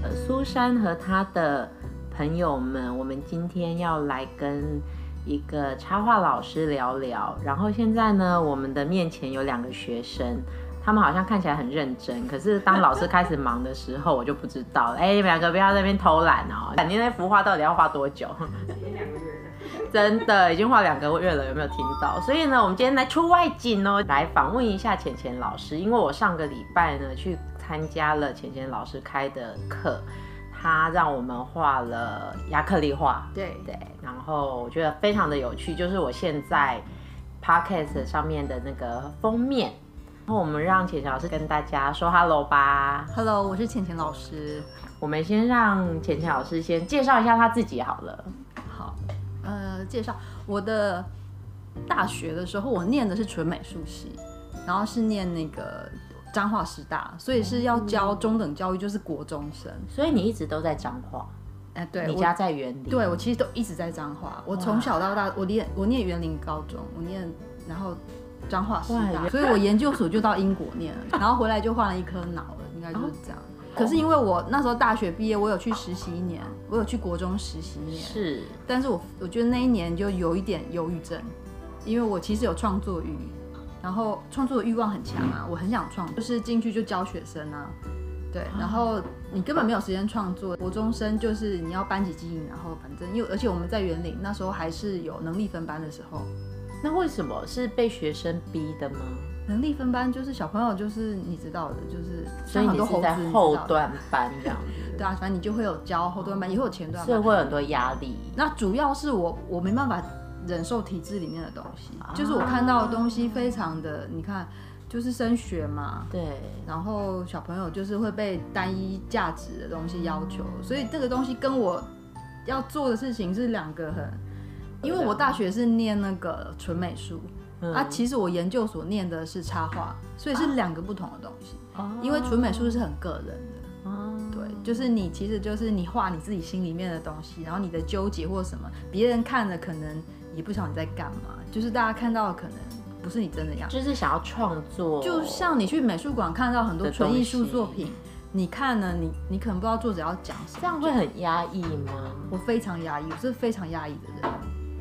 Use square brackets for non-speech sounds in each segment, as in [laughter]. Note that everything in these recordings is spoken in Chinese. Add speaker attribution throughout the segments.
Speaker 1: 呃苏珊和她的朋友们，我们今天要来跟一个插画老师聊聊。然后现在呢，我们的面前有两个学生，他们好像看起来很认真，可是当老师开始忙的时候，我就不知道了。哎、你们两个不要在那边偷懒哦！你那幅画到底要画多久？
Speaker 2: 已经两个月了。
Speaker 1: 真的已经画两个月了，有没有听到？所以呢，我们今天来出外景哦，来访问一下浅浅老师，因为我上个礼拜呢去参加了浅浅老师开的课，他让我们画了亚克力画，
Speaker 2: 对
Speaker 1: 对，然后我觉得非常的有趣，就是我现在 podcast 上面的那个封面。然后我们让浅浅老师跟大家说 hello 吧。
Speaker 2: ，Hello，我是浅浅老师。
Speaker 1: [laughs] 我们先让浅浅老师先介绍一下他自己好了。
Speaker 2: 好，呃，介绍我的大学的时候，我念的是纯美术系，然后是念那个彰化师大，所以是要教中等教育，就是国中生。
Speaker 1: 所以你一直都在彰化，
Speaker 2: 哎、对，
Speaker 1: 你
Speaker 2: 我
Speaker 1: 家在园林，
Speaker 2: 对我其实都一直在彰化，我从小到大，我念我念园林高中，我念然后彰化师
Speaker 1: 哇
Speaker 2: 大，所以我研究所就到英国念了，然后回来就换了一颗脑了，应该就是这样。可是因为我那时候大学毕业，我有去实习一年，我有去国中实习一年，
Speaker 1: 是
Speaker 2: 但是我我觉得那一年就有一点忧郁症，因为我其实有创作欲，然后创作的欲望很强
Speaker 1: 嗯
Speaker 2: 啊，我很想创，就是进去就教学生啊，对，
Speaker 1: 嗯
Speaker 2: 然后你根本没有时间创作，国中生就是你要班级经营，然后反正因为而且我们在园林那时候还是有能力分班的时候，
Speaker 1: 那为什么是被学生逼的吗？
Speaker 2: 能力分班就是小朋友就是你知道的，就是
Speaker 1: 所以
Speaker 2: 像很
Speaker 1: 你
Speaker 2: 多猴
Speaker 1: 是
Speaker 2: 子
Speaker 1: 在
Speaker 2: 你知
Speaker 1: 后
Speaker 2: 道的，
Speaker 1: 段班这样子，
Speaker 2: 对啊，反正你就会有教后段班，也会有前段
Speaker 1: 所以
Speaker 2: 班，
Speaker 1: 会有很多压力。
Speaker 2: 那主要是我我没办法忍受体制里面的东西，就是我看到的东西非常的，你看就是升学嘛，
Speaker 1: 对，
Speaker 2: 然后小朋友就是会被单一价值的东西要求，所以这个东西跟我要做的事情是两个很，因为我大学是念那个纯美术。
Speaker 1: 嗯
Speaker 2: 啊，其实我研究所念的是插画，所以是两个不同的东西。
Speaker 1: 哦
Speaker 2: 因为纯美术是很个人的，
Speaker 1: 哦
Speaker 2: 对，就是你其实就是你画你自己心里面的东西，然后你的纠结或什么，别人看了可能也不晓得你在干嘛，就是大家看到的可能不是你真的样子。
Speaker 1: 就是想要创作，
Speaker 2: 就像你去美术馆看到很多
Speaker 1: 的
Speaker 2: 纯艺术
Speaker 1: 东西
Speaker 2: 作品，你看了你你可能不知道作者要讲什么，
Speaker 1: 这样会很压抑吗？
Speaker 2: 我非常压抑，我是非常压抑的人，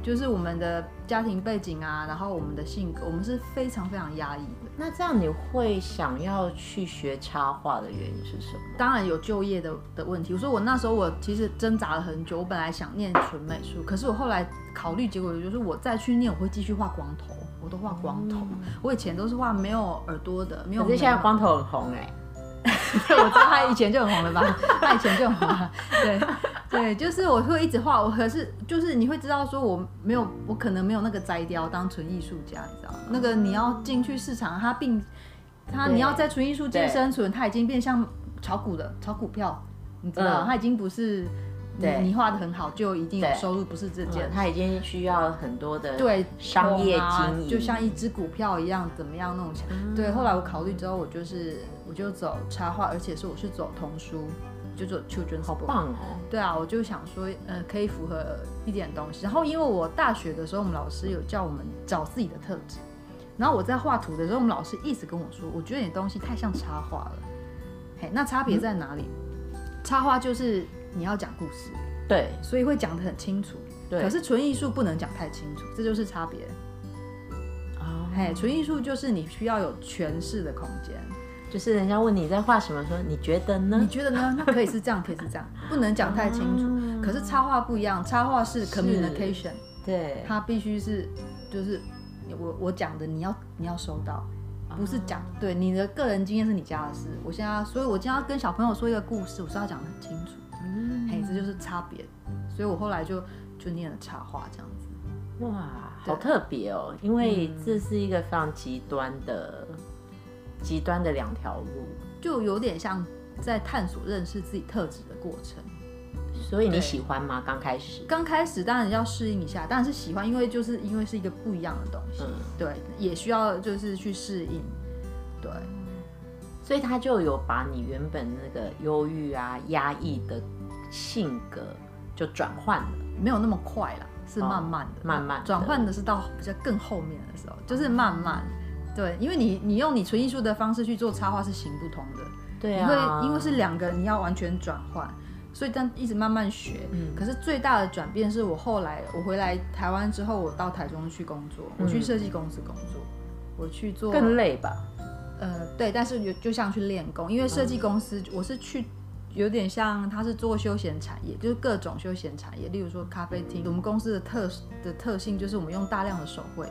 Speaker 2: 就是我们的家庭背景啊，然后我们的性格，我们是非常非常压抑的。
Speaker 1: 那这样你会想要去学插画的原因是什么？
Speaker 2: 当然有就业的的问题，所以我那时候我其实挣扎了很久。我本来想念纯美术，可是我后来考虑，结果就是我再去念，我会继续画光头，我都画光头。我以前都是画没有耳朵的，没有
Speaker 1: 嗯可
Speaker 2: 眉
Speaker 1: 是
Speaker 2: 毛。
Speaker 1: 现在光头很红哎、
Speaker 2: 对，我知道他以前就很红了吧？他以前就很红了，对对，就是我会一直画，我可是就是你会知道说我没有，我可能没有那个摘雕当纯艺术家，你知道吗？那个你要进去市场，他并他
Speaker 1: 对
Speaker 2: 你要在纯艺术界
Speaker 1: 对
Speaker 2: 生存，他已经变像炒股的炒股票，你知道，
Speaker 1: 嗯
Speaker 2: 他已经不是你
Speaker 1: 对
Speaker 2: 你画的很好就一定有
Speaker 1: 对
Speaker 2: 收入，不是这件
Speaker 1: 嗯，他已经需要很多的
Speaker 2: 对
Speaker 1: 商业
Speaker 2: 懂啊
Speaker 1: 经营嗯
Speaker 2: 就像一只股票一样，怎么样弄起来？对，后来我考虑之后，我就是我就走插画，而且是我是走童书，就走 children's
Speaker 1: 好
Speaker 2: book。
Speaker 1: 棒哦，
Speaker 2: 对啊，我就想说，呃，可以符合一点东西。然后因为我大学的时候，我们老师有叫我们找自己的特质。然后我在画图的时候，我们老师一直跟我说，我觉得你的东西太像插画了。嘿，那差
Speaker 1: 嗯
Speaker 2: 别在哪里？插画就是你要讲故事，
Speaker 1: 对
Speaker 2: 所以会讲得很清楚。
Speaker 1: 对，
Speaker 2: 可是纯艺术不能讲太清楚，这就是差别。
Speaker 1: 哦
Speaker 2: 嘿，纯艺术就是你需要有诠释的空间。
Speaker 1: 就是人家问你在画什么，说你觉得呢
Speaker 2: 你？觉得
Speaker 1: [laughs]
Speaker 2: 呢？那可以是这样，可以是这样，不能讲太清
Speaker 1: 啊
Speaker 2: 楚。可是插画不一样，插画是 communication，
Speaker 1: 对，
Speaker 2: 它必须是就是我我讲的，你要你要收到，
Speaker 1: 啊
Speaker 2: 不是讲对你的个人经验是你家的事。我现在，所以我今天要跟小朋友说一个故事，我是要讲的很清楚。
Speaker 1: 嗯
Speaker 2: 嘿，这就是差别。所以我后来就就念了插画这样子。
Speaker 1: 哇，
Speaker 2: 对
Speaker 1: 好特别哦，因为
Speaker 2: 嗯
Speaker 1: 这是一个非常极端的、极端的两条路，
Speaker 2: 就有点像在探索认识自己特质的过程。
Speaker 1: 所以你
Speaker 2: 对
Speaker 1: 喜欢吗？刚开始，
Speaker 2: 刚开始当然要适应一下，当然是喜欢，因为就是因为是一个不一样的东西，
Speaker 1: 嗯，
Speaker 2: 对，也需要就是去适应，对，
Speaker 1: 所以他就有把你原本那个忧郁啊、压抑的性格就转换了，
Speaker 2: 没有那么快啦，是慢慢的，
Speaker 1: 哦慢慢的
Speaker 2: 转换的是到比较更后面的时候，就是慢慢，对，因为你你用你纯艺术的方式去做插画是行不通的，
Speaker 1: 对
Speaker 2: 你
Speaker 1: 啊，
Speaker 2: 会因为是两个，你要完全转换，所以但一直慢慢学。
Speaker 1: 嗯
Speaker 2: 可是最大的转变是我后来我回来台湾之后，我到台中去工作，我去
Speaker 1: 嗯
Speaker 2: 设计公司工作，我去做
Speaker 1: 更累吧？
Speaker 2: 呃，对，但是就就像去练功，因为设计公司我是去。有点像，它是做休闲产业，就是各种休闲产业，例如说咖啡厅。
Speaker 1: 嗯
Speaker 2: 我们公司的特的特性就是我们用大量的手绘，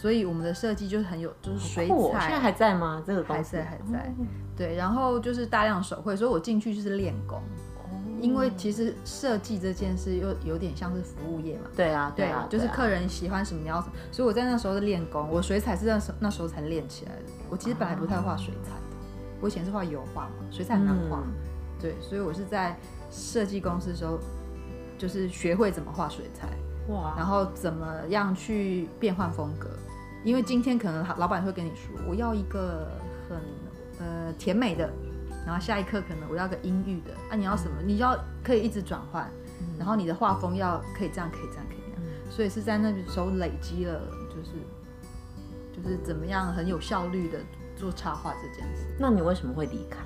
Speaker 2: 所以我们的设计就是很有，就是水
Speaker 1: 酷哦现在
Speaker 2: 彩
Speaker 1: 还在吗？这个公
Speaker 2: 还
Speaker 1: 司
Speaker 2: 在还在，对，然后就是大量手绘，所以我进去就是练功，
Speaker 1: 哦
Speaker 2: 因
Speaker 1: 嗯
Speaker 2: 为其实设计这件事又有点像是服务业嘛，
Speaker 1: 对啊，对啊，
Speaker 2: 就是
Speaker 1: 对啊
Speaker 2: 客人喜欢什么你要什么，所以我在那时候是练功，我水彩是那时候那时候才练起来的，我其实本来不太画水彩的，我以前是画油画嘛，水彩很难画，
Speaker 1: 嗯
Speaker 2: 对，所以我是在设计公司的时候，就是学会怎么画水彩，
Speaker 1: 哇，
Speaker 2: 然后怎么样去变换风格，因为今天可能老板会跟你说，我要一个很呃甜美的，然后下一刻可能我要个阴郁的，啊，你要什么？你要可以一直转换，
Speaker 1: 嗯
Speaker 2: 然后你的画风要可以这样，可以这样，可以那样，所以是在那时候累积了，就是就是怎么样很有效率的做插画这件事。
Speaker 1: 那你为什么会离开？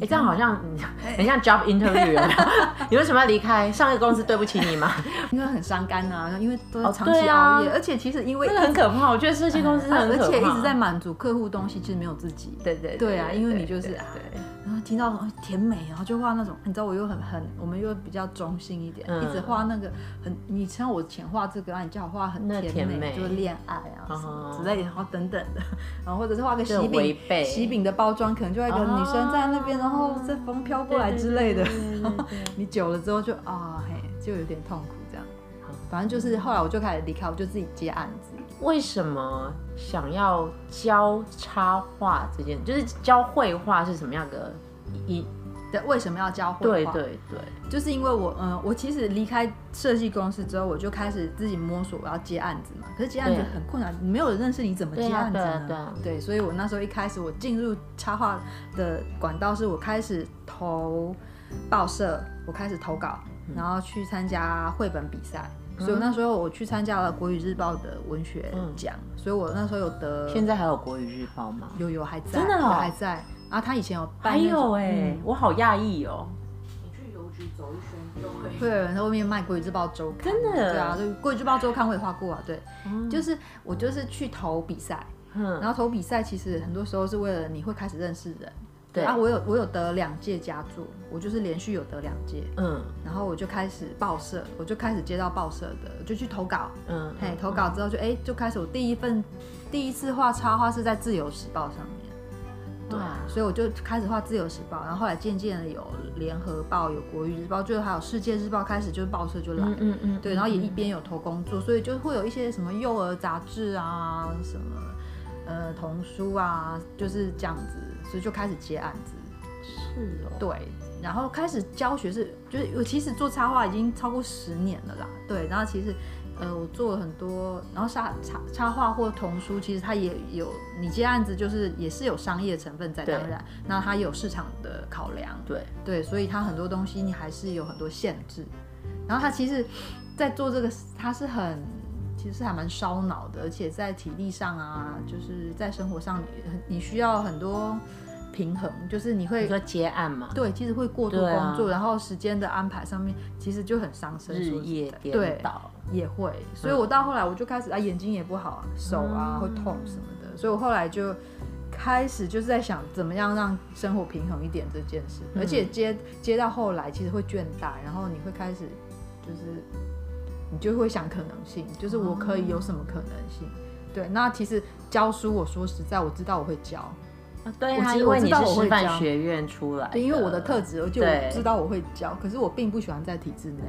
Speaker 1: 哎、这样好像你 [laughs] 很像 job interview 有没有？ [laughs] 你为什么要离开？上一个公司对不起你吗？
Speaker 2: 因为很伤肝啊，因为都
Speaker 1: 哦
Speaker 2: 是长期
Speaker 1: 对啊
Speaker 2: 熬夜，而且其实因为啊
Speaker 1: 那个很可怕， [laughs] 我觉得设计公司真的
Speaker 2: 而
Speaker 1: 很可怕，
Speaker 2: 且一直在满足客户东西，其实没有自己。
Speaker 1: 对对
Speaker 2: 对啊因为你就是
Speaker 1: 对
Speaker 2: 啊
Speaker 1: 对
Speaker 2: 然后听到哦甜美，然后就画那种，你知道我又很很，我们又比较中性一点，
Speaker 1: 嗯
Speaker 2: 一直画那个很，你像我前画这个啊，你叫我画很
Speaker 1: 那
Speaker 2: 甜
Speaker 1: 甜
Speaker 2: 美，
Speaker 1: 美
Speaker 2: 就是恋爱啊什么
Speaker 1: 哦
Speaker 2: 之类的，然后等等的， [laughs] 然后或者是画个
Speaker 1: 这
Speaker 2: 喜
Speaker 1: 违
Speaker 2: 饼，
Speaker 1: 背
Speaker 2: 喜饼的包装可能就会有一个
Speaker 1: 哦
Speaker 2: 女生在那边，然后这风飘过来之类的，
Speaker 1: 对对对对对对
Speaker 2: 你久了之后就啊、嘿，就有点痛苦这样。反正就是后来我就开始离开，我就自己接案子，
Speaker 1: 为什么想要教插画这件，就是教绘画是什么样的一？
Speaker 2: 对，为什么要教绘
Speaker 1: 对嗯
Speaker 2: 画？
Speaker 1: 对对，
Speaker 2: 就是因为我，嗯、我其实离开设计公司之后，我就开始自己摸索我要接案子嘛。可是接案子
Speaker 1: 对
Speaker 2: 很困难，没有人认识你怎么接案子
Speaker 1: 对啊
Speaker 2: 呢？
Speaker 1: 对啊
Speaker 2: 对所以我那时候一开始我进入插画的管道，是我开始投报社，我开始投稿，
Speaker 1: 嗯
Speaker 2: 然后去参加绘本比赛。所以我那时候我去参加了国语日报的文学奖，所以我那时候有得
Speaker 1: 嗯现在还有国语日报吗？
Speaker 2: 有有还在，
Speaker 1: 真的哦
Speaker 2: 有还在。然后他以前有办
Speaker 1: 还
Speaker 2: 那种
Speaker 1: 有哎、
Speaker 2: 嗯
Speaker 1: 我好讶异哦。
Speaker 3: 你去邮局走一圈就会。
Speaker 2: 会有人在外面卖《国语日报周刊》，
Speaker 1: 真的
Speaker 2: 对啊，就《国语日报周刊》我也画过啊，对，
Speaker 1: 嗯
Speaker 2: 就是我就是去投比赛，
Speaker 1: 嗯，
Speaker 2: 然后投比赛其实很多时候是为了你会开始认识人，
Speaker 1: 对嗯
Speaker 2: 啊，我有我有得两届佳作，我就是连续有得两届，
Speaker 1: 嗯
Speaker 2: 然后我就开始报社，我就开始接到报社的，我就去投稿，
Speaker 1: 嗯，
Speaker 2: 嘿，投稿之后就哎、就开始我第一份第一次画插画是在《自由时报》上面。对
Speaker 1: 哇，
Speaker 2: 所以我就开始画《自由时报》，然后后来渐渐的有《联合报》、有《国语日报》，最后还有《世界日报》，开始就是报社就来了。
Speaker 1: 嗯嗯嗯，
Speaker 2: 对，然后也一边有投工作，所以就会有一些什么幼儿杂志啊，什么呃童书啊，就是这样子，所以就开始接案子。
Speaker 1: 是哦，
Speaker 2: 对，然后开始教学是，就是我其实做插画已经超过十年了啦。对，然后其实呃我做了很多，然后插插插画或童书，其实它也有你接案子就是也是有商业成分在，
Speaker 1: 对
Speaker 2: 当然，那它也有市场的考量。
Speaker 1: 对，
Speaker 2: 对，所以它很多东西你还是有很多限制。然后它其实，在做这个，它是很，其实还蛮烧脑的，而且在体力上啊，就是在生活上，你你需要很多平衡，就是你
Speaker 1: 你
Speaker 2: 会
Speaker 1: 说接案嘛，
Speaker 2: 对，其实会过度
Speaker 1: 对啊
Speaker 2: 工作，然后时间的安排上面，其实就很伤身。
Speaker 1: 日
Speaker 2: 说实
Speaker 1: 夜
Speaker 2: 在
Speaker 1: 颠
Speaker 2: 对
Speaker 1: 倒，
Speaker 2: 也会，所以我到后来我就开始啊，眼睛也不好啊，手啊会痛什么的，所以我后来就开始就是在想怎么样让生活平衡一点这件事，而且接接到后来其实会倦怠，然后你会开始就是你就会想可能性，就是我可以有什么可能性。对，那其实教书，我说实在，我知道我会教，
Speaker 1: 啊对啊，
Speaker 2: 我知
Speaker 1: 因为
Speaker 2: 我
Speaker 1: 你
Speaker 2: 知道
Speaker 1: 是
Speaker 2: 我会
Speaker 1: 师范
Speaker 2: 这样
Speaker 1: 学院出来，
Speaker 2: 对，因为我的特质，而且
Speaker 1: 嗯对
Speaker 2: 我知道我会教，可是我并不喜欢在体制内。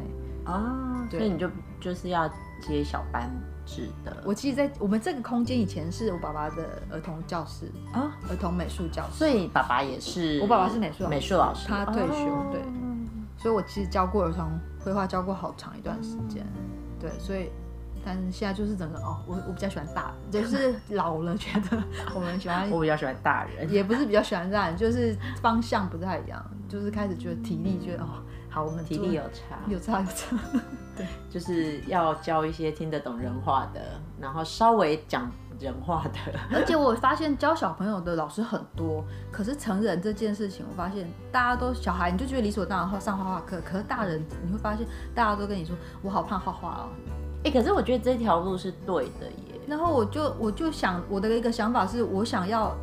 Speaker 1: 啊，所
Speaker 2: 对
Speaker 1: 以你就就是要接小班制的，
Speaker 2: 我其实在，我们这个空间以前是我爸爸的儿童教室
Speaker 1: 啊，
Speaker 2: 儿童美术教室，
Speaker 1: 所以爸爸也是，
Speaker 2: 我爸爸是美术老师
Speaker 1: 美术老师，
Speaker 2: 他退休
Speaker 1: 哦
Speaker 2: 对所以我其实教过儿童绘画，教过好长一段时间。
Speaker 1: 嗯
Speaker 2: 对，所以，但是现在就是整个哦，我我比较喜欢
Speaker 1: [laughs]
Speaker 2: 大，就是老了觉得我们喜欢，
Speaker 1: 我比较喜欢大人，
Speaker 2: 也不是比较喜欢大人，就是方向不太一样，就是开始觉得体力觉得哦，好，我们
Speaker 1: 体
Speaker 2: 做
Speaker 1: 力有差，
Speaker 2: 有差有差，
Speaker 1: 就是要教一些听得懂人话的，然后稍微讲人化的。 [laughs]
Speaker 2: 而且我发现教小朋友的老师很多，可是成人这件事情，我发现大家都小孩你就觉得理所当然画上画画课，可是大人你会发现大家都跟你说我好怕画画哦。
Speaker 1: 哎、可是我觉得这条路是对的耶。
Speaker 2: 然后我就我就想我的一个想法是我想要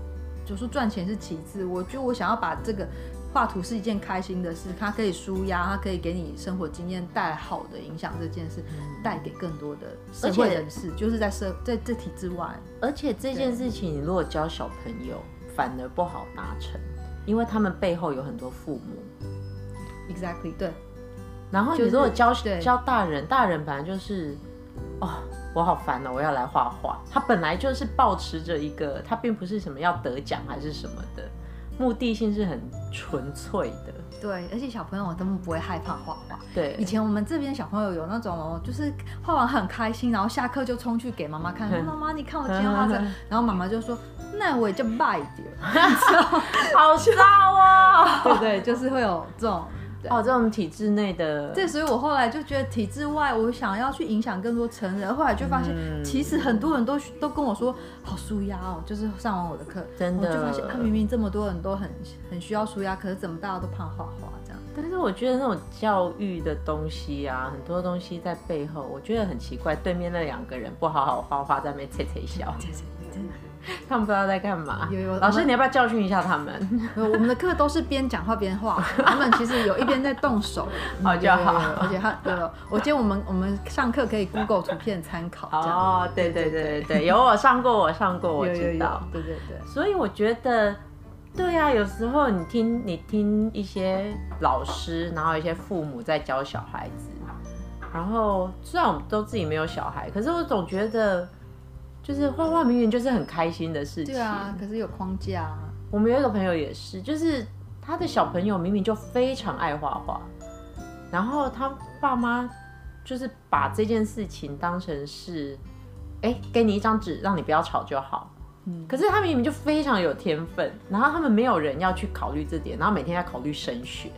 Speaker 2: 就是赚钱是其次，我觉得我想要把这个画图是一件开心的事，它可以舒压，它可以给你生活经验带来好的影响，这件事带给更多的
Speaker 1: 嗯
Speaker 2: 社会
Speaker 1: 而且
Speaker 2: 人士，就是在社在这体制外。
Speaker 1: 而且这件事情，你如果教小朋友，反而不好达成，因为他们背后有很多父母。
Speaker 2: Exactly，对，
Speaker 1: 然后你
Speaker 2: 就是
Speaker 1: 如果教、
Speaker 2: 对
Speaker 1: 教大人，大人本来就是，哦，我好烦哦，我要来画画。他本来就是保持着一个，他并不是什么要得奖还是什么的，目的性是很纯粹的。
Speaker 2: 对，而且小朋友他们不会害怕画画。以
Speaker 1: 对，
Speaker 2: 前我们这边小朋友有那种哦，就是画完很开心，然后下课就冲去给妈妈看，说
Speaker 1: 嗯
Speaker 2: 妈妈你看我今天画这个
Speaker 1: 嗯嗯嗯，
Speaker 2: 然后妈妈就说那我也就卖点，
Speaker 1: [laughs] 好糟哦。
Speaker 2: 对不 [laughs] 对？就是会有这种。对
Speaker 1: 哦，这种体制内的，
Speaker 2: 对，所以我后来就觉得体制外，我想要去影响更多成人。后来就发现，
Speaker 1: 嗯
Speaker 2: 其实很多人都都跟我说好舒压哦，就是上完我的课，
Speaker 1: 真的
Speaker 2: 我就发现啊，明明这么多人都很很需要舒压，可是怎么大家都怕画画这样？
Speaker 1: 但是我觉得那种教育的东西啊，很多东西在背后，我觉得很奇怪。对面那两个人不好好画画，在那边切切
Speaker 2: [laughs]
Speaker 1: 笑，他们不知道在干嘛
Speaker 2: 有有。
Speaker 1: 老师，
Speaker 2: 我们
Speaker 1: 你要不要教训一下他们？
Speaker 2: 没有我们的课都是边讲话
Speaker 1: [laughs]
Speaker 2: 边画，他们其实有一边在动手，
Speaker 1: 好哦就好
Speaker 2: 有有有而且他呃，我记得我们我们上课可以 Google 图片参考，这样
Speaker 1: 哦，对对对对对，有我上过，我上过，我
Speaker 2: 有有
Speaker 1: 知
Speaker 2: 有
Speaker 1: 道。，
Speaker 2: 对对对。
Speaker 1: 所以我觉得，对啊，有时候你听你听一些老师，然后一些父母在教小孩子，然后虽然我们都自己没有小孩，可是我总觉得，就是画画明明就是很开心的事情。
Speaker 2: 对啊，可是有框架啊、
Speaker 1: 我们有一个朋友也是，就是他的小朋友明明就非常爱画画，然后他爸妈就是把这件事情当成是，哎、给你一张纸，让你不要吵就好。
Speaker 2: 嗯
Speaker 1: 可是他明明就非常有天分，然后他们没有人要去考虑这点，然后每天在考虑升学。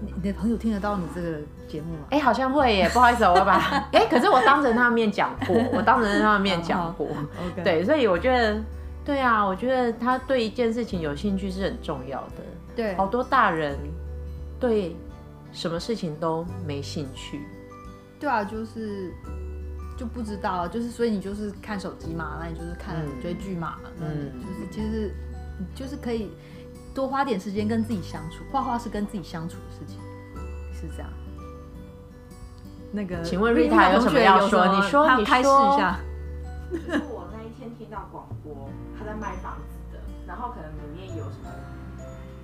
Speaker 2: 你你的朋友听得到你这个节目吗？
Speaker 1: 哎、好像会耶，不好意思哦，我要把 [laughs] 哎、可是我当着他的面讲过，我当着他的面讲过。
Speaker 2: OK，
Speaker 1: 对，所以我觉得，对啊，我觉得他对一件事情有兴趣是很重要的。
Speaker 2: 对，
Speaker 1: 好多大人对什么事情都没兴趣，
Speaker 2: 对啊，就是就不知道，就是所以你就是看手机嘛，那你就是看
Speaker 1: 嗯
Speaker 2: 追剧嘛，那你
Speaker 1: 嗯
Speaker 2: 就是其实你就是可以多花点时间跟自己相处，画画是跟自己相处的事情，是这样。那个，
Speaker 1: 请问
Speaker 2: Rita
Speaker 1: Rita 有什
Speaker 2: 同
Speaker 1: 么
Speaker 2: 学
Speaker 1: 要
Speaker 2: 有
Speaker 1: 说
Speaker 2: 什么
Speaker 1: 你说
Speaker 2: 她
Speaker 1: 你
Speaker 2: 开始
Speaker 1: 说
Speaker 2: 一下，
Speaker 3: 可是我那一天听到广播，他在卖房子的，然后可能里面有什么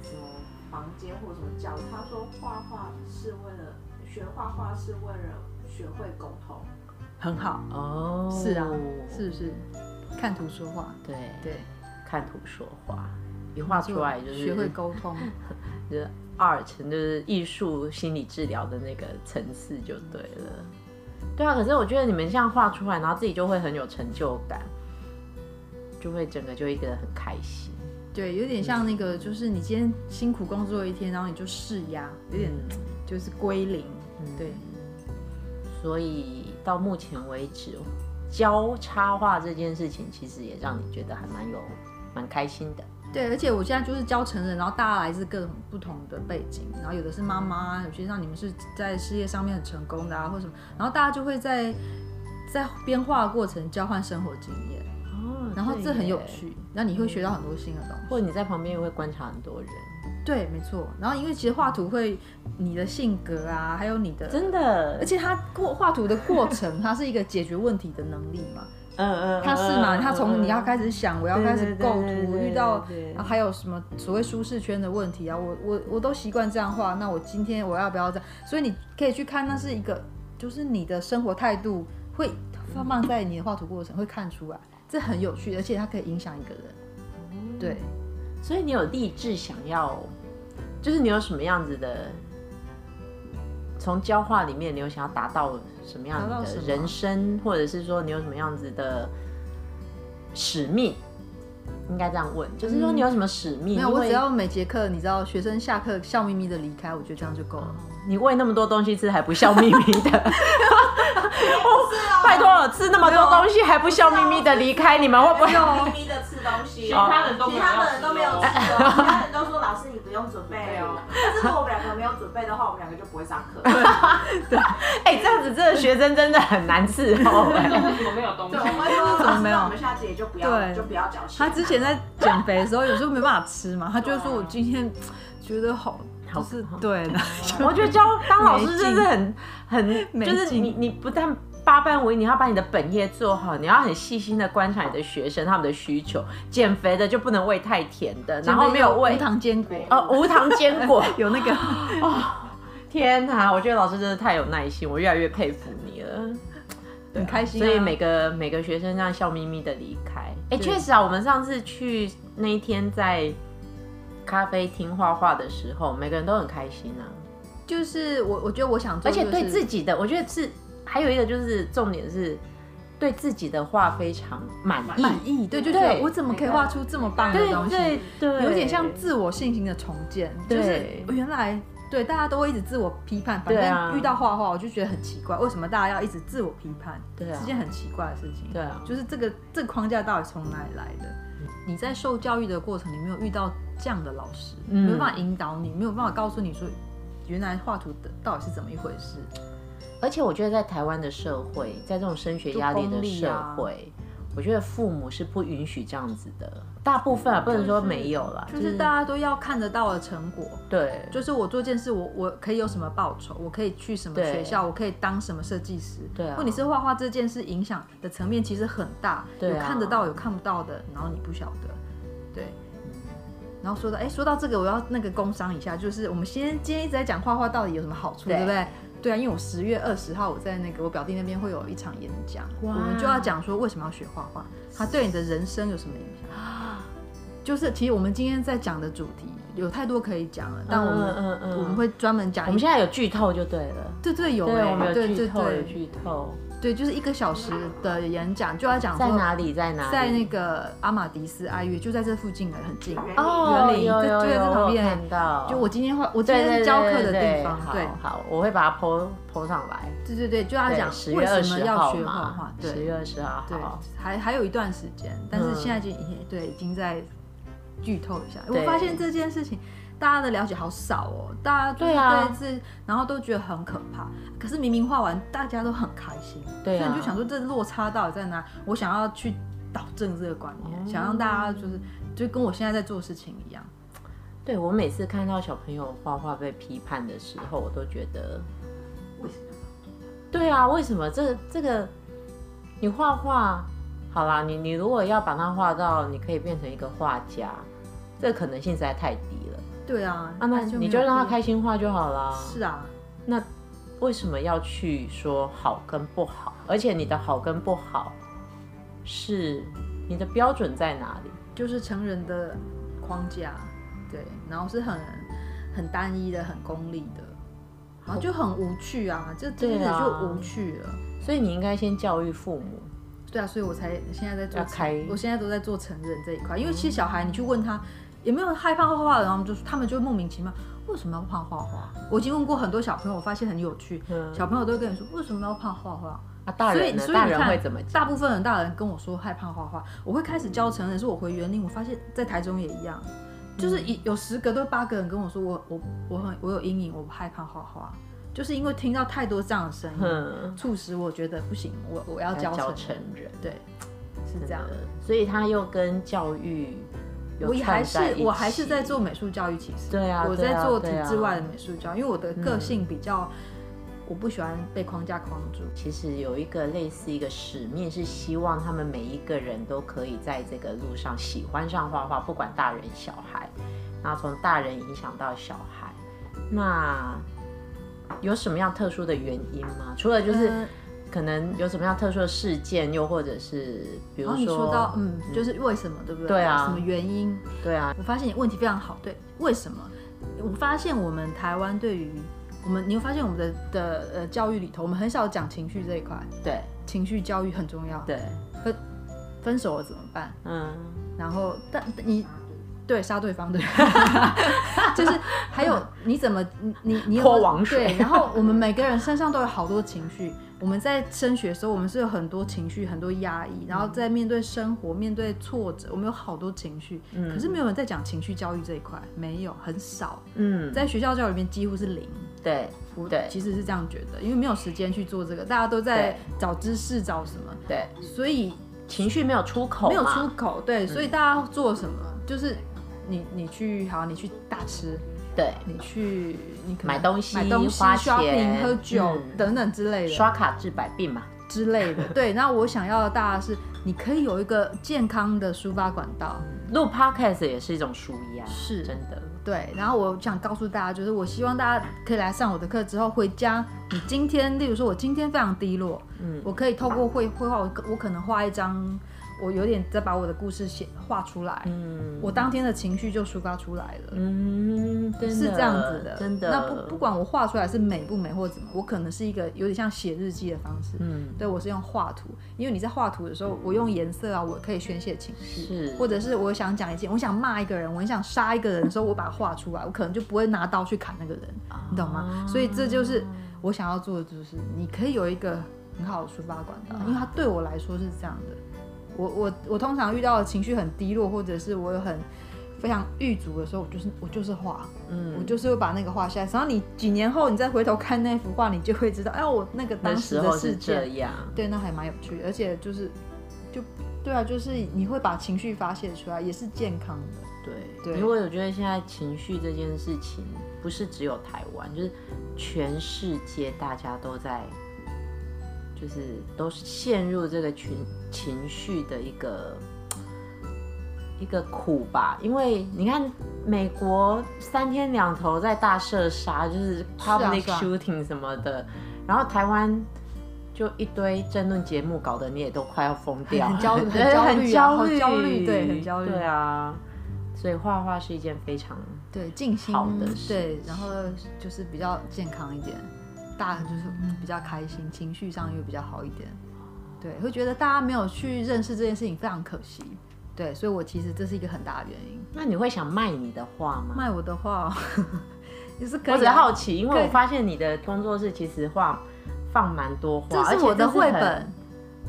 Speaker 3: 什么房间或什么教室，他说画画是为了学画画是为了学会沟通，
Speaker 2: 很好，
Speaker 1: 哦，
Speaker 2: 是啊，是不是？看图说话，
Speaker 1: 对，
Speaker 2: 对，
Speaker 1: 看图说话，一画出来就是
Speaker 2: 学会沟通。
Speaker 1: 就是 art，就是艺术心理治疗的那个层次就对了。对啊，可是我觉得你们这样画出来，然后自己就会很有成就感，就会整个就一个很开心。
Speaker 2: 对，有点像那个，就是你今天辛苦工作一天，然后你就释压，有点
Speaker 1: 嗯
Speaker 2: 就是归零。对，
Speaker 1: 所以到目前为止，教插画这件事情，其实也让你觉得还蛮有蛮开心的。
Speaker 2: 对，而且我现在就是教成人，然后大家来自各种不同的背景，然后有的是妈妈，有些像你们是在事业上面很成功的啊，或什么，然后大家就会在在编画的过程交换生活经验，
Speaker 1: 哦
Speaker 2: 然后这很有。趣，然后你会学到很多新的东西。
Speaker 1: 或者你在旁边也会观察很多人，
Speaker 2: 对，没错。然后因为其实画图会你的性格啊，还有你的，
Speaker 1: 真的，
Speaker 2: 而且它过画图的过程，它是一个解决问题的能力嘛。
Speaker 1: 嗯嗯，
Speaker 2: 他是嘛？他从你要开
Speaker 1: 始，
Speaker 2: 始想，我要
Speaker 1: 对
Speaker 2: 开始
Speaker 1: 对对
Speaker 2: 构
Speaker 1: 对
Speaker 2: 图，
Speaker 1: 对
Speaker 2: 遇到
Speaker 1: 对对
Speaker 2: 啊还有什么所谓舒适圈的问题啊，我我我都习惯这样画，那我今天我要不要这样？所以你可以去看，那是一个就是你的生活态度会放放在你的画图过程会看出来，这很有趣，而且它可以影响一个人。
Speaker 1: 哦
Speaker 2: 对，
Speaker 1: 所以你有立志想要，就是你有什么样子的，从教画里面你有想要达到什么样
Speaker 2: 达到
Speaker 1: 子
Speaker 2: 什
Speaker 1: 的
Speaker 2: 么
Speaker 1: 人生，或者是说你有什么样子的使命？应该这样问，就是说
Speaker 2: 嗯
Speaker 1: 你有什么使命？
Speaker 2: 没有，
Speaker 1: 因
Speaker 2: 我
Speaker 1: 为
Speaker 2: 只要每节课，你知道，学生下课笑眯眯的离开，我觉得这样就够了。
Speaker 1: 你喂那么多东西吃还不笑眯眯的，
Speaker 2: [laughs]
Speaker 3: 是啊，
Speaker 1: 拜托我吃那么多东西还不笑眯眯的离开，你们会不
Speaker 3: 不
Speaker 1: 会？
Speaker 3: 用咪咪的吃东西，
Speaker 4: 其他人都没
Speaker 3: 其
Speaker 4: 有
Speaker 3: 他的人都
Speaker 2: [laughs]
Speaker 3: 没有吃哦，其他人都说老师你不用准备哦。但是如果我们两个没有准备的话，我们两个就不会上课。
Speaker 1: 哎、这样子这个学生真的很难伺候哎、
Speaker 4: 啊为什么没有东西
Speaker 3: 对，？我们说
Speaker 2: 怎么
Speaker 3: 老师，
Speaker 2: 没有
Speaker 3: 那我们下次也就不要，
Speaker 2: 对
Speaker 3: 就不要缴钱。
Speaker 2: 他之前在减肥的时候，有时候没办法吃嘛，他就会说我今天觉得好，
Speaker 1: 好
Speaker 2: 就是对 [laughs] 的，
Speaker 1: [laughs] 我觉得教当老师真的很很，
Speaker 2: 没
Speaker 1: 就
Speaker 2: 劲
Speaker 1: 是你你不但八般武艺，你要把你的本业做好，你要很细心的观察你的学生他们的需求。减肥的就不能喂太甜的，然后没有喂
Speaker 2: 无糖坚果，
Speaker 1: [laughs] 哦啊无糖坚果。
Speaker 2: [laughs] 有那个
Speaker 1: [laughs] 天哪，我觉得老师真的太有耐心，我越来越佩服你了。
Speaker 2: 很开心啊。
Speaker 1: 所以每个每个学生这样笑眯眯的离开。哎、
Speaker 2: 对
Speaker 1: 确实啊，我们上次去那一天在咖啡厅画画的时候，每个人都很开心啊。
Speaker 2: 就是我，我觉得我想做、
Speaker 1: 而
Speaker 2: 就是，
Speaker 1: 且对自己的，我觉得是还有一个就是重点是对自己的画非常满意，
Speaker 2: 满意，对，就觉
Speaker 1: 对
Speaker 2: 得我怎么可以画出这么棒的
Speaker 1: 对
Speaker 2: 东西？
Speaker 1: 对对，
Speaker 2: 有点像自我信心的重建，
Speaker 1: 对
Speaker 2: 就是原来对大家都会一直自我批判，反
Speaker 1: 对啊
Speaker 2: 正遇到画画我就觉得很奇怪，为什么大家要一直自我批判？
Speaker 1: 对啊
Speaker 2: 是件很奇怪的事情。
Speaker 1: 对啊
Speaker 2: 就是这个这个框架到底从哪里来的？你在受教育的过程里没有遇到这样的老师，
Speaker 1: 嗯
Speaker 2: 没有办法引导你，没有办法告诉你说原来画图的到底是怎么一回事。
Speaker 1: 而且我觉得在台湾的社会，在这种升学压力的社
Speaker 2: 啊
Speaker 1: 会，我觉得父母是不允许这样子的，大部分啊不能说没有啦，
Speaker 2: 就是大家都要看得到的成果。
Speaker 1: 对
Speaker 2: 就是我做件事，我我可以有什么报酬，我可以去什么
Speaker 1: 对
Speaker 2: 学校，我可以当什么设计师。
Speaker 1: 对啊
Speaker 2: 或你是画画这件事影响的层面其实很大，
Speaker 1: 对啊
Speaker 2: 有看得到有看不到的，然后你不晓得，对。然后说到，哎，说到这个，我要那个工商一下，就是我们先今天一直在讲画画到底有什么好处，
Speaker 1: 对
Speaker 2: 对不对？对啊，因为我十月二十号我在那个我表弟那边会有一场演讲，我
Speaker 1: 哇
Speaker 2: 们就要讲说为什么要学画画，它对你的人生有什么影响？就是其实我们今天在讲的主题有太多可以讲了，但我
Speaker 1: 嗯
Speaker 2: 们、
Speaker 1: 嗯嗯
Speaker 2: 我们会专门讲一。
Speaker 1: 我们现在有剧透就对了，
Speaker 2: 对对有、
Speaker 1: 对，
Speaker 2: 欸，
Speaker 1: 我们有
Speaker 2: 对
Speaker 1: 剧
Speaker 2: 对
Speaker 1: 透，有
Speaker 2: 对
Speaker 1: 剧透，
Speaker 2: 对，就是一个小时的演讲就要讲
Speaker 1: 在
Speaker 2: 说
Speaker 1: 哪里，在哪里？
Speaker 2: 在那个阿玛迪斯爱乐，就在这附近了，很近。
Speaker 1: 哦，
Speaker 2: 园林
Speaker 1: 有
Speaker 2: 对
Speaker 1: 有有，
Speaker 2: 对在旁
Speaker 1: 我有
Speaker 2: 边
Speaker 1: 看到，
Speaker 2: 就我今天画，我今
Speaker 1: 对对
Speaker 2: 天
Speaker 1: 对
Speaker 2: 教课的
Speaker 1: 对对
Speaker 2: 地方，对
Speaker 1: 好好，我会把它 Po Po 上来。
Speaker 2: 对对对，就要
Speaker 1: 对
Speaker 2: 讲
Speaker 1: 10
Speaker 2: 为
Speaker 1: 月
Speaker 2: 什
Speaker 1: 二
Speaker 2: 么
Speaker 1: 十
Speaker 2: 要
Speaker 1: 号
Speaker 2: 学画
Speaker 1: 嘛
Speaker 2: 画，，对
Speaker 1: 十月二十号，
Speaker 2: 对
Speaker 1: 好，
Speaker 2: 还还有一段时间，但是
Speaker 1: 嗯
Speaker 2: 现在已经、对已经在剧透一下。
Speaker 1: 对
Speaker 2: 我发现这件事情大家的了解好少哦，大家就是
Speaker 1: 对啊
Speaker 2: 对自，然后都觉得很可怕。可是明明画完，大家都很开心，
Speaker 1: 对啊
Speaker 2: 所以你就想说这落差到底在哪？我想要去导正这个观念，
Speaker 1: 哦
Speaker 2: 想让大家就是就跟我现在在做事情一样。
Speaker 1: 对我每次看到小朋友画画被批判的时候，我都觉得，
Speaker 3: 为什么？
Speaker 1: 对啊，为什么这这个你画画好啦，你你如果要把它画到你可以变成一个画家，这可能性实在太低了。
Speaker 2: 对啊，
Speaker 1: 啊，那
Speaker 2: 就没
Speaker 1: 你
Speaker 2: 有
Speaker 1: 就让他
Speaker 2: 必
Speaker 1: 开心画就好啦。
Speaker 2: 是啊，
Speaker 1: 为什么要去说好跟不好？而且你的好跟不好是你的标准在哪里？
Speaker 2: 就是成人的框架，对，然后是很很单一的、很功利的，然后就很无趣啊，这这
Speaker 1: 对
Speaker 2: 日子
Speaker 1: 啊
Speaker 2: 就无趣了。
Speaker 1: 所以你应该先教育父母。
Speaker 2: 对啊，所以我才现在在做
Speaker 1: 要开嗯
Speaker 2: 我现在都在做成人这一块，因为其实小孩你去问他有没有害怕画画的，然后他们就他们就会莫名其妙为什么要怕画画？我已经问过很多小朋友，我发现很有趣，
Speaker 1: 嗯
Speaker 2: 小朋友都会跟你说为什么要怕画画？
Speaker 1: 啊，大
Speaker 2: 所
Speaker 1: 人
Speaker 2: 以
Speaker 1: 呢？
Speaker 2: 所以
Speaker 1: 大
Speaker 2: 你
Speaker 1: 人
Speaker 2: 看
Speaker 1: 会怎么
Speaker 2: 大
Speaker 1: 讲？
Speaker 2: 部分人大人跟我说害怕画画，我会开始教成人，是我回园林，我发现在台中也一样，
Speaker 1: 嗯
Speaker 2: 就是一有十个都八个人跟我说我我我很我有阴影，我害怕画画，就是因为听到太多这样的声音，
Speaker 1: 嗯，
Speaker 2: 促使我觉得不行，我我要教
Speaker 1: 教
Speaker 2: 成
Speaker 1: 成
Speaker 2: 人，
Speaker 1: 人
Speaker 2: 对，是这样
Speaker 1: 真。的所以他又跟教育有
Speaker 2: 我也
Speaker 1: 串
Speaker 2: 还是
Speaker 1: 在一起。
Speaker 2: 我还是在做美术教育，其实
Speaker 1: 对啊
Speaker 2: 我
Speaker 1: 对
Speaker 2: 在
Speaker 1: 啊
Speaker 2: 做体
Speaker 1: 对啊
Speaker 2: 制外的美术教育，因为我的个性比较，我不喜欢被框架框住。
Speaker 1: 其实有一个类似一个使命，是希望他们每一个人都可以在这个路上喜欢上画画，不管大人小孩，然后从大人影响到小孩。那有什么样特殊的原因吗？除了就是
Speaker 2: 嗯
Speaker 1: 可能有什么样特殊的事件，又或者是比如
Speaker 2: 然后
Speaker 1: 说，
Speaker 2: 你说到，嗯，就是为什么，对不对？
Speaker 1: 对啊
Speaker 2: 什么原因？
Speaker 1: 对啊，
Speaker 2: 我发现你问题非常好，对，为什么？我发现我们台湾对于我们，你会发现我们的的呃教育里头，我们很少讲情绪这一块，
Speaker 1: 嗯对
Speaker 2: 情绪教育很重要。，
Speaker 1: 对，
Speaker 2: 分手了怎么办？
Speaker 1: 嗯，
Speaker 2: 然后但你
Speaker 3: 啊对
Speaker 2: 对杀对
Speaker 1: [laughs]
Speaker 2: 方的人，就是还有你怎么你你你有
Speaker 1: 泼王水
Speaker 2: 对，然后我们每个人身上都有好多情绪。我们在升学的时候，我们是有很多情绪，很多压
Speaker 1: 嗯
Speaker 2: 抑，然后在面对生活、面对挫折，我们有好多情绪。可是没有人在讲情绪教育这一块，没有，很少，
Speaker 1: 嗯，
Speaker 2: 在学校教育里面几乎是零。
Speaker 1: 对
Speaker 2: 我
Speaker 1: 对
Speaker 2: 其实是这样觉得，因为没有时间去做这个，大家都在
Speaker 1: 对
Speaker 2: 找知识、找什么，
Speaker 1: 对，
Speaker 2: 所以
Speaker 1: 情绪没有出口嘛，
Speaker 2: 没有出口，
Speaker 1: 嗯
Speaker 2: 对，所以大家做什么，就是你你去好，你去大吃，
Speaker 1: 对，
Speaker 2: 你去你可能
Speaker 1: 买东西
Speaker 2: 买东西、
Speaker 1: 花
Speaker 2: shopping、
Speaker 1: 钱
Speaker 2: 喝酒、
Speaker 1: 嗯
Speaker 2: 等等之类的
Speaker 1: 刷卡治百病嘛，
Speaker 2: 之类的。对，那我想要的大家是，你可以有一个健康的抒发管道，
Speaker 1: 录 podcast 也是一种舒压，
Speaker 2: 是
Speaker 1: 真的，
Speaker 2: 对，然后我想告诉大家，就是我希望大家可以来上我的课之后回家，你今天，例如说我今天非常低落，
Speaker 1: 嗯
Speaker 2: 我可以透过绘绘画，我可我可能画一张，我有点在把我的故事写画出来，
Speaker 1: 嗯
Speaker 2: 我当天的情绪就抒发出来了。
Speaker 1: 嗯，真的
Speaker 2: 是这样子的，
Speaker 1: 真的，
Speaker 2: 那不不，管我画出来是美不美或怎么，我可能是一个有点像写日记的方式。
Speaker 1: 嗯，
Speaker 2: 对，我是用画图，因为你在画图的时候，我用颜色啊，我可以宣泄情绪。
Speaker 1: 是
Speaker 2: 或者是我想讲一件，我想骂一个人，我很想杀一个人的时候，我把它画出来，我可能就不会拿刀去砍那个人，你懂
Speaker 1: 啊
Speaker 2: 吗？所以这就是我想要做的，就是你可以有一个很好的抒发管道，因为它对我来说是这样的。我我我通常遇到的情绪很低落，或者是我有很非常郁卒的时候，我就是我就是画，
Speaker 1: 嗯
Speaker 2: 我就是会把那个画下来。然后你几年后你再回头看那幅画，你就会知道，哎，我那个当
Speaker 1: 那
Speaker 2: 时
Speaker 1: 时
Speaker 2: 的
Speaker 1: 候
Speaker 2: 事
Speaker 1: 是这
Speaker 2: 件，
Speaker 1: 样，
Speaker 2: 对，那还蛮有趣的，而且就是，就对啊，就是你会把情绪发泄出来，也是健康的。
Speaker 1: 对，
Speaker 2: 对
Speaker 1: 因为我觉得现在情绪这件事情，不是只有台湾，就是全世界大家都在，就是都陷入这个群情绪的一个一个苦吧。因为你看，美国三天两头在大射杀，就是
Speaker 2: 是啊
Speaker 1: public
Speaker 2: 是啊
Speaker 1: shooting 什么的，然后台湾。就一堆争论节目，搞得你也都快要疯掉，
Speaker 2: 很焦
Speaker 1: [laughs]
Speaker 2: 很
Speaker 1: 对
Speaker 2: 焦
Speaker 1: 很
Speaker 2: 虑啊
Speaker 1: 焦
Speaker 2: 好
Speaker 1: 虑，
Speaker 2: 焦虑对很焦虑
Speaker 1: 对啊。所以画画是一件非常
Speaker 2: 对，静心
Speaker 1: 好的事
Speaker 2: 对，然后就是比较健康一点，大家就是嗯比较开心，情绪上又比较好一点。对，会觉得大家没有去认识这件事情，非常可惜。对，所以我其实这是一个很大的原因。
Speaker 1: 那你会想卖你的画吗？
Speaker 2: 卖我的话 [laughs] 也是可以、啊，
Speaker 1: 我只是好奇，因为
Speaker 2: 可以
Speaker 1: 我发现你的工作室其实画放蛮多
Speaker 2: 这
Speaker 1: 画，
Speaker 2: 是我的绘本。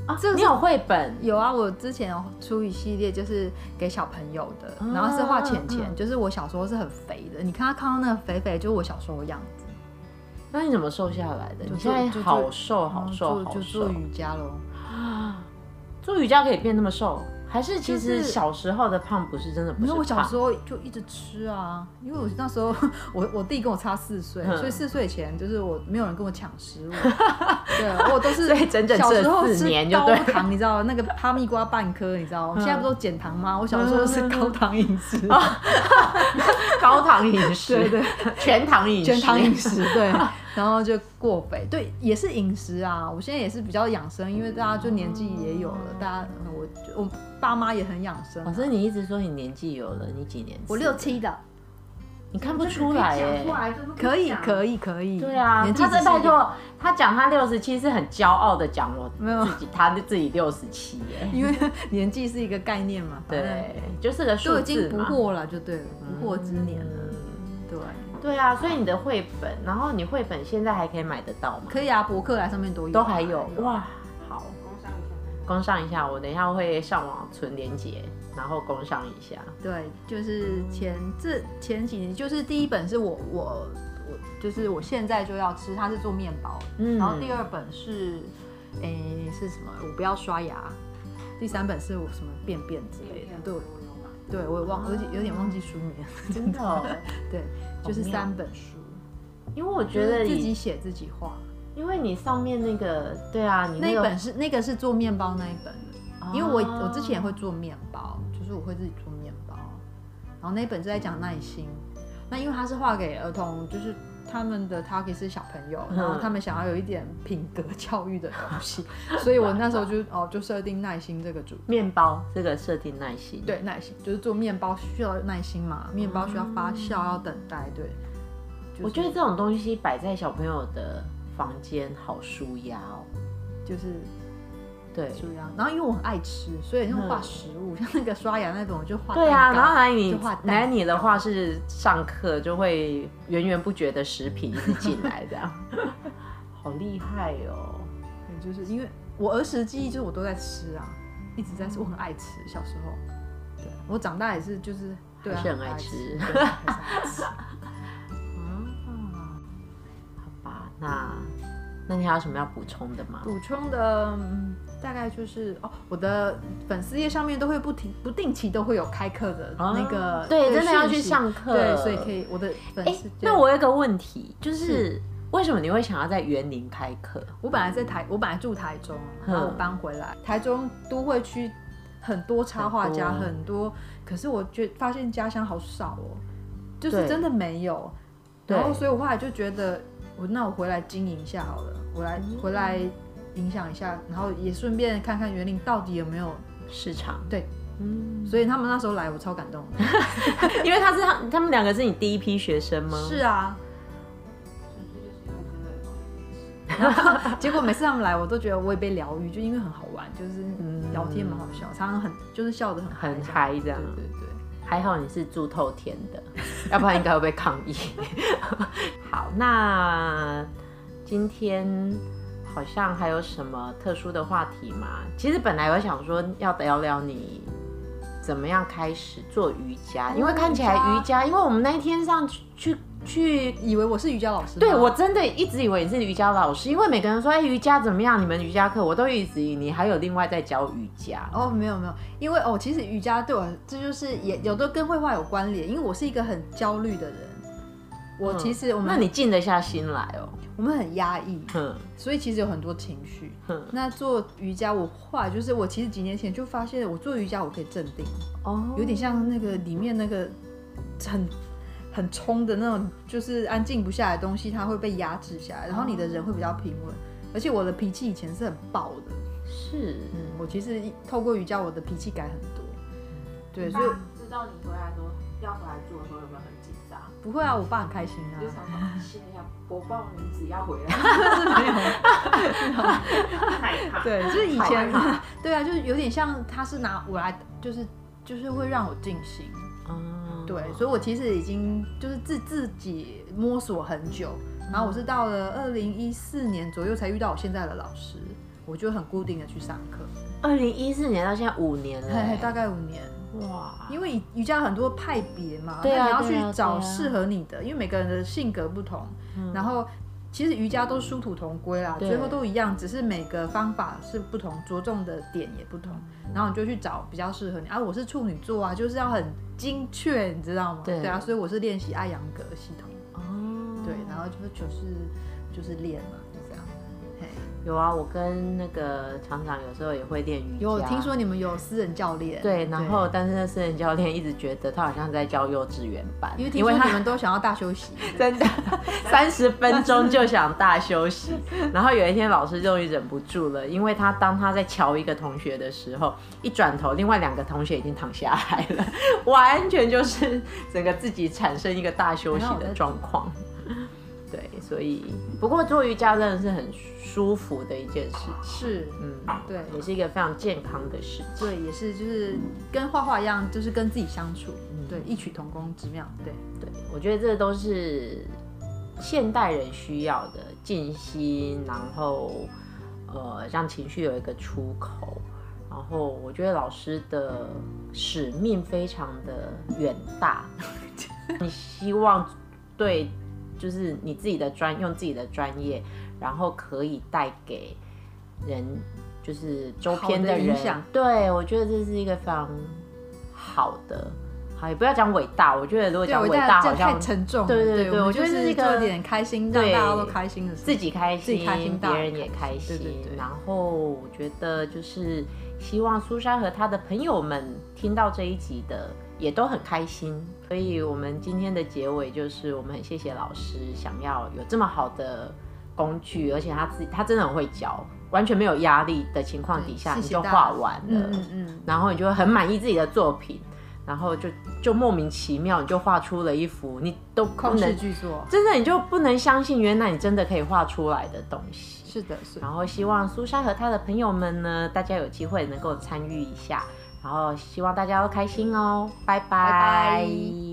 Speaker 1: 啊，
Speaker 2: 这是
Speaker 1: 你有绘本
Speaker 2: 有啊，我之前有出一系列就是给小朋友的，
Speaker 1: 啊
Speaker 2: 然后是画浅浅，
Speaker 1: 嗯
Speaker 2: 就是我小时候是很肥的，你看他看到那个肥肥，就是我小时候的样子。
Speaker 1: 那你怎么瘦下来的？
Speaker 2: 就
Speaker 1: 你现
Speaker 2: 做
Speaker 1: 在
Speaker 2: 就做嗯
Speaker 1: 好瘦，好
Speaker 2: 做
Speaker 1: 瘦，好
Speaker 2: 哦就做
Speaker 1: 瘦。
Speaker 2: 瑜伽喽。
Speaker 1: 做瑜伽可以变那么瘦，还是其
Speaker 2: 就
Speaker 1: 实
Speaker 2: 是
Speaker 1: 小时候的胖不是真的不
Speaker 2: 没
Speaker 1: 是
Speaker 2: 有，
Speaker 1: 胖？
Speaker 2: 我小时候就一直吃啊，因为我那时候 [laughs] 我我弟跟我差四岁，
Speaker 1: 嗯
Speaker 2: 所以四岁前就是我没有人跟我抢
Speaker 1: [laughs]
Speaker 2: 食物，对我都是
Speaker 1: 所以整整
Speaker 2: 小时候
Speaker 1: 吃了
Speaker 2: 吃
Speaker 1: 四年就
Speaker 2: 高
Speaker 1: 对
Speaker 2: 糖，你知道那个哈密瓜半颗，你知道吗？现在不都减糖吗？我小时候
Speaker 1: 嗯
Speaker 2: 是高糖饮食，
Speaker 1: [laughs] [laughs] 高糖饮食，
Speaker 2: [laughs] 对对，
Speaker 1: 全糖饮食，
Speaker 2: 全糖饮食， [laughs] 对，然后就过肥，对，也是饮食啊。我现在也是比较养生，因为大家就年纪也有了，大家嗯我就我爸妈也很养生啊、
Speaker 1: 老师，你一直说你年纪有了，你几年次？
Speaker 2: 我六七的，
Speaker 1: 你看不出来
Speaker 3: 这个可
Speaker 1: 耶
Speaker 3: 以讲出。来这个
Speaker 2: 可以
Speaker 3: 讲
Speaker 2: 可以可以，
Speaker 1: 对啊，
Speaker 2: 年纪
Speaker 1: 他
Speaker 2: 只
Speaker 1: 在
Speaker 2: 是
Speaker 1: 拜托他讲他六十七是很骄傲的讲我
Speaker 2: 没有嗯
Speaker 1: 自己，他自己六十七耶，
Speaker 2: [laughs] 因为年纪是一个概念嘛，反正
Speaker 1: 对，就是个
Speaker 2: 嗯都
Speaker 1: 数
Speaker 2: 已经
Speaker 1: 字
Speaker 2: 不
Speaker 1: 嘛。
Speaker 2: 惑了，就对了，不惑之年了，对。
Speaker 1: 对啊，所以你的绘本，然后你绘本现在还可以买得到吗？
Speaker 2: 可以啊，博客来上面都有，
Speaker 1: 都还有哇，好，
Speaker 3: 工商一下
Speaker 1: 工上一下，我等一下会上网存链接，然后工上一下。
Speaker 2: 对，就是前这前几年，就是第一本是我我我，就是我现在就要吃，它是做面包的，
Speaker 1: 嗯
Speaker 2: 然后第二本是，诶、是什么？我不要刷牙。第三本是我什么便便之类的，对对，我也忘，我有点有点忘记书名，
Speaker 1: 真的哦，
Speaker 2: 对，就是
Speaker 1: 啊妙
Speaker 2: 三本书，
Speaker 1: [laughs] 因为我觉得
Speaker 2: 就是自己
Speaker 1: 你，
Speaker 2: 写自己画。
Speaker 1: 因为你上面那个，对啊，你
Speaker 2: 那一
Speaker 1: 个
Speaker 2: 本是那个是做面包那一本的，因为我
Speaker 1: 哦
Speaker 2: 我之前也会做面包，就是我会自己做面包，然后那一本就在讲耐心。那因为它是画给儿童，就是他们的 target 是小朋友，
Speaker 1: 嗯
Speaker 2: 然后他们想要有一点品格教育的东西，所以我那时候就哦就设定耐心这个主题。
Speaker 1: 面包这个设定耐心，
Speaker 2: 对，耐心就是做面包需要耐心嘛，面包需要发酵，要等待。对，就
Speaker 1: 嗯
Speaker 2: 是
Speaker 1: 我觉得这种东西摆在小朋友的房间好舒压哦，
Speaker 2: 就是
Speaker 1: 对
Speaker 2: 主要。然后因为我很爱吃，所以就画食物， [laughs] 像那个刷牙那种，我就画
Speaker 1: 嗯对啊，
Speaker 2: 蛋糕
Speaker 1: 然后来你
Speaker 2: 就画蛋糕
Speaker 1: 来你的话是上课就会源源不绝的食品一直进来，这样， [laughs] 好厉害哦！
Speaker 2: 对就是因为我儿时的记忆就是我都在吃啊，一直在吃，我很爱吃，小时候。对，我长大也是就是对、啊，
Speaker 1: 还是很爱吃
Speaker 2: 对还
Speaker 1: [laughs]
Speaker 2: 是很爱吃
Speaker 1: 啊，好吧，那那你还有什么要补充的吗？
Speaker 2: 补充的、嗯大概就是哦，我的粉丝页上面都会不停不定期都会有开课的
Speaker 1: 啊
Speaker 2: 那个、
Speaker 1: 对真的要去
Speaker 2: 讯息
Speaker 1: 上课
Speaker 2: [laughs] 对，所以可以我的粉
Speaker 1: 哎
Speaker 2: 丝、，
Speaker 1: 那我有一个问题，
Speaker 2: 嗯
Speaker 1: 就是
Speaker 2: 是
Speaker 1: 为什么你会想要在园林开课？
Speaker 2: 我本来在台，我本来住台中，
Speaker 1: 嗯
Speaker 2: 然后我搬回来，台中都会区很多插画家
Speaker 1: 很多
Speaker 2: 很多，可是我觉发现家乡好少哦，就是
Speaker 1: 对
Speaker 2: 真的没有。
Speaker 1: 对
Speaker 2: 然后所以我后来就觉得，我那我回来经营一下好了，我来
Speaker 1: 嗯
Speaker 2: 回来影响一下，然后也顺便看看园林到底有没有。
Speaker 1: 市场
Speaker 2: 对，
Speaker 1: 嗯，
Speaker 2: 所以他们那时候来，我超感动的。
Speaker 1: 因为他是他他们两个是你第一批学生吗？
Speaker 2: 是啊，
Speaker 3: 纯粹就是因为真的很好吃
Speaker 2: 结果每次他们来，我都觉得我也被疗愈，就因为很好玩，就是
Speaker 1: 嗯
Speaker 2: 聊天蛮好笑，常常很就是笑得很
Speaker 1: 很
Speaker 2: 嗨
Speaker 1: 嗨这样。
Speaker 2: 对对对。
Speaker 1: 还好你是住透天的， [laughs] 要不然应该会被抗议。 [laughs] 好，那今天好像还有什么特殊的话题吗？其实本来我想说要聊聊你怎么样开始做瑜伽，因为看起来
Speaker 2: 瑜伽
Speaker 1: 哦瑜伽，因为我们那一天上去去去
Speaker 2: 以为我是瑜伽老师吗，
Speaker 1: 对我真的一直以为你是瑜伽老师，因为每个人说哎、瑜伽怎么样，你们瑜伽课我都一直以为你还有另外在教瑜伽。
Speaker 2: 哦没有没有，因为哦其实瑜伽对我这就是也有的跟绘画有关联，因为我是一个很焦虑的人，我
Speaker 1: 嗯
Speaker 2: 其实我们、
Speaker 1: 那你静得下心来哦。
Speaker 2: 我们很压抑，
Speaker 1: 哼
Speaker 2: 所以其实有很多情绪。
Speaker 1: 哼
Speaker 2: 那做瑜伽，我后来就是我其实几年前就发现，我做瑜伽我可以镇定，
Speaker 1: 哦
Speaker 2: 有点像那个里面那个很很冲的那种，就是安静不下来的东西，它会被压制下来，然后你的人会比较平稳。而且我的脾气以前是很暴的，
Speaker 1: 是
Speaker 2: 嗯，我其实一透过瑜伽，我的脾气改很多。对，所以
Speaker 3: 大家知道你回来的时候要回来做的时候有没有很紧张？
Speaker 2: 不会啊，我爸很开心啊
Speaker 3: 就，想说心里想，我抱你只要回来，
Speaker 2: 就是没有。
Speaker 3: 害怕。
Speaker 2: 对，就是以前
Speaker 3: 好害，
Speaker 2: [laughs] 对啊，就是有点像他是拿我来，就是就是会让我静心。
Speaker 1: 哦，
Speaker 2: 对，所以我其实已经就是自自己摸索很久，然后我是到了二零一四年左右才遇到我现在的老师，我就很固定的去上课，
Speaker 1: 二零一四年到现在五年了
Speaker 2: 嘿嘿
Speaker 1: 欸，
Speaker 2: 大概五年。
Speaker 1: 哇，
Speaker 2: 因为瑜伽很多派别嘛，
Speaker 1: 对啊对啊
Speaker 2: 那你要去
Speaker 1: 对啊嗯
Speaker 2: 找适合你的，因为每个人的性格不同。然后其实瑜伽都殊途同归啦，
Speaker 1: 对
Speaker 2: 最后都一样，只是每个方法是不同，着重的点也不同。然后你就去找比较适合你啊。我是处女座啊，就是要很精确，你知道吗？
Speaker 1: 对
Speaker 2: 啊，所以我是练习艾扬格系统，
Speaker 1: 哦，
Speaker 2: 对，然后就是就是就是练嘛，就这样。嘿
Speaker 1: 有啊，我跟那个厂长有时候也会练瑜伽，
Speaker 2: 有听说你们有私人教练？
Speaker 1: 对，然后但是那私人教练一直觉得他好像在教幼稚园班，
Speaker 2: 因为听说你们都想要大休
Speaker 1: [laughs]
Speaker 2: 息，
Speaker 1: 真的三十分钟就想大休息。然后有一天老师终于忍不住了，因为他当他在瞧一个同学的时候，一转头，另外两个同学已经躺下来了， [laughs] 完全就是整个自己产生一个大休息的状况。对，所以不过做瑜伽真的是很舒服的一件事情，
Speaker 2: 是，
Speaker 1: 嗯，
Speaker 2: 对。
Speaker 1: 也是一个非常健康的事情。
Speaker 2: 对，也是就是跟画画一样，就是跟自己相处，
Speaker 1: 嗯
Speaker 2: 对，异曲同工之妙，对，
Speaker 1: 对，我觉得这都是现代人需要的静心，然后呃，让情绪有一个出口。然后我觉得老师的使命非常的远大， [laughs] 你希望对，就是你自己的专用自己的专业，然后可以带给人，就是周边
Speaker 2: 好的
Speaker 1: 人，
Speaker 2: 影响
Speaker 1: 对我觉得这是一个非常好的。好，也不要讲伟大，我觉得如果
Speaker 2: 对，
Speaker 1: 讲
Speaker 2: 我
Speaker 1: 伟大，
Speaker 2: 这
Speaker 1: 好
Speaker 2: 样太
Speaker 1: 像
Speaker 2: 沉重了，
Speaker 1: 对对
Speaker 2: 对
Speaker 1: 对
Speaker 2: 我
Speaker 1: 我
Speaker 2: 们
Speaker 1: 觉
Speaker 2: 就
Speaker 1: 得这是
Speaker 2: 是
Speaker 1: 一个
Speaker 2: 做点开心，让
Speaker 1: 对
Speaker 2: 大家都开心的事，
Speaker 1: 自己开
Speaker 2: 自
Speaker 1: 心，
Speaker 2: 己开心
Speaker 1: 别
Speaker 2: 大人
Speaker 1: 人也开
Speaker 2: 开
Speaker 1: 心。
Speaker 2: 心对对对
Speaker 1: 然后我觉得就是希望苏珊和她的朋友们听到这一集的也都很开心。所以我们今天的结尾就是我们很谢谢老师，想要有这么好的工具，而且他自己他真的很会教，完全没有压力的情况底下
Speaker 2: 对
Speaker 1: 你
Speaker 2: 谢谢
Speaker 1: 就
Speaker 2: 大家
Speaker 1: 画完了。
Speaker 2: 嗯嗯嗯，
Speaker 1: 然后你就会很满意自己的作品，然后就就莫名其妙你就画出了一幅你都不
Speaker 2: 旷世
Speaker 1: 能
Speaker 2: 巨作，
Speaker 1: 真的你就不能相信，原来你真的可以画出来的东西。
Speaker 2: 是的，是的
Speaker 1: 然后希望苏珊和她的朋友们呢，大家有机会能够参与一下，然后希望大家都开心哦，拜
Speaker 2: 拜拜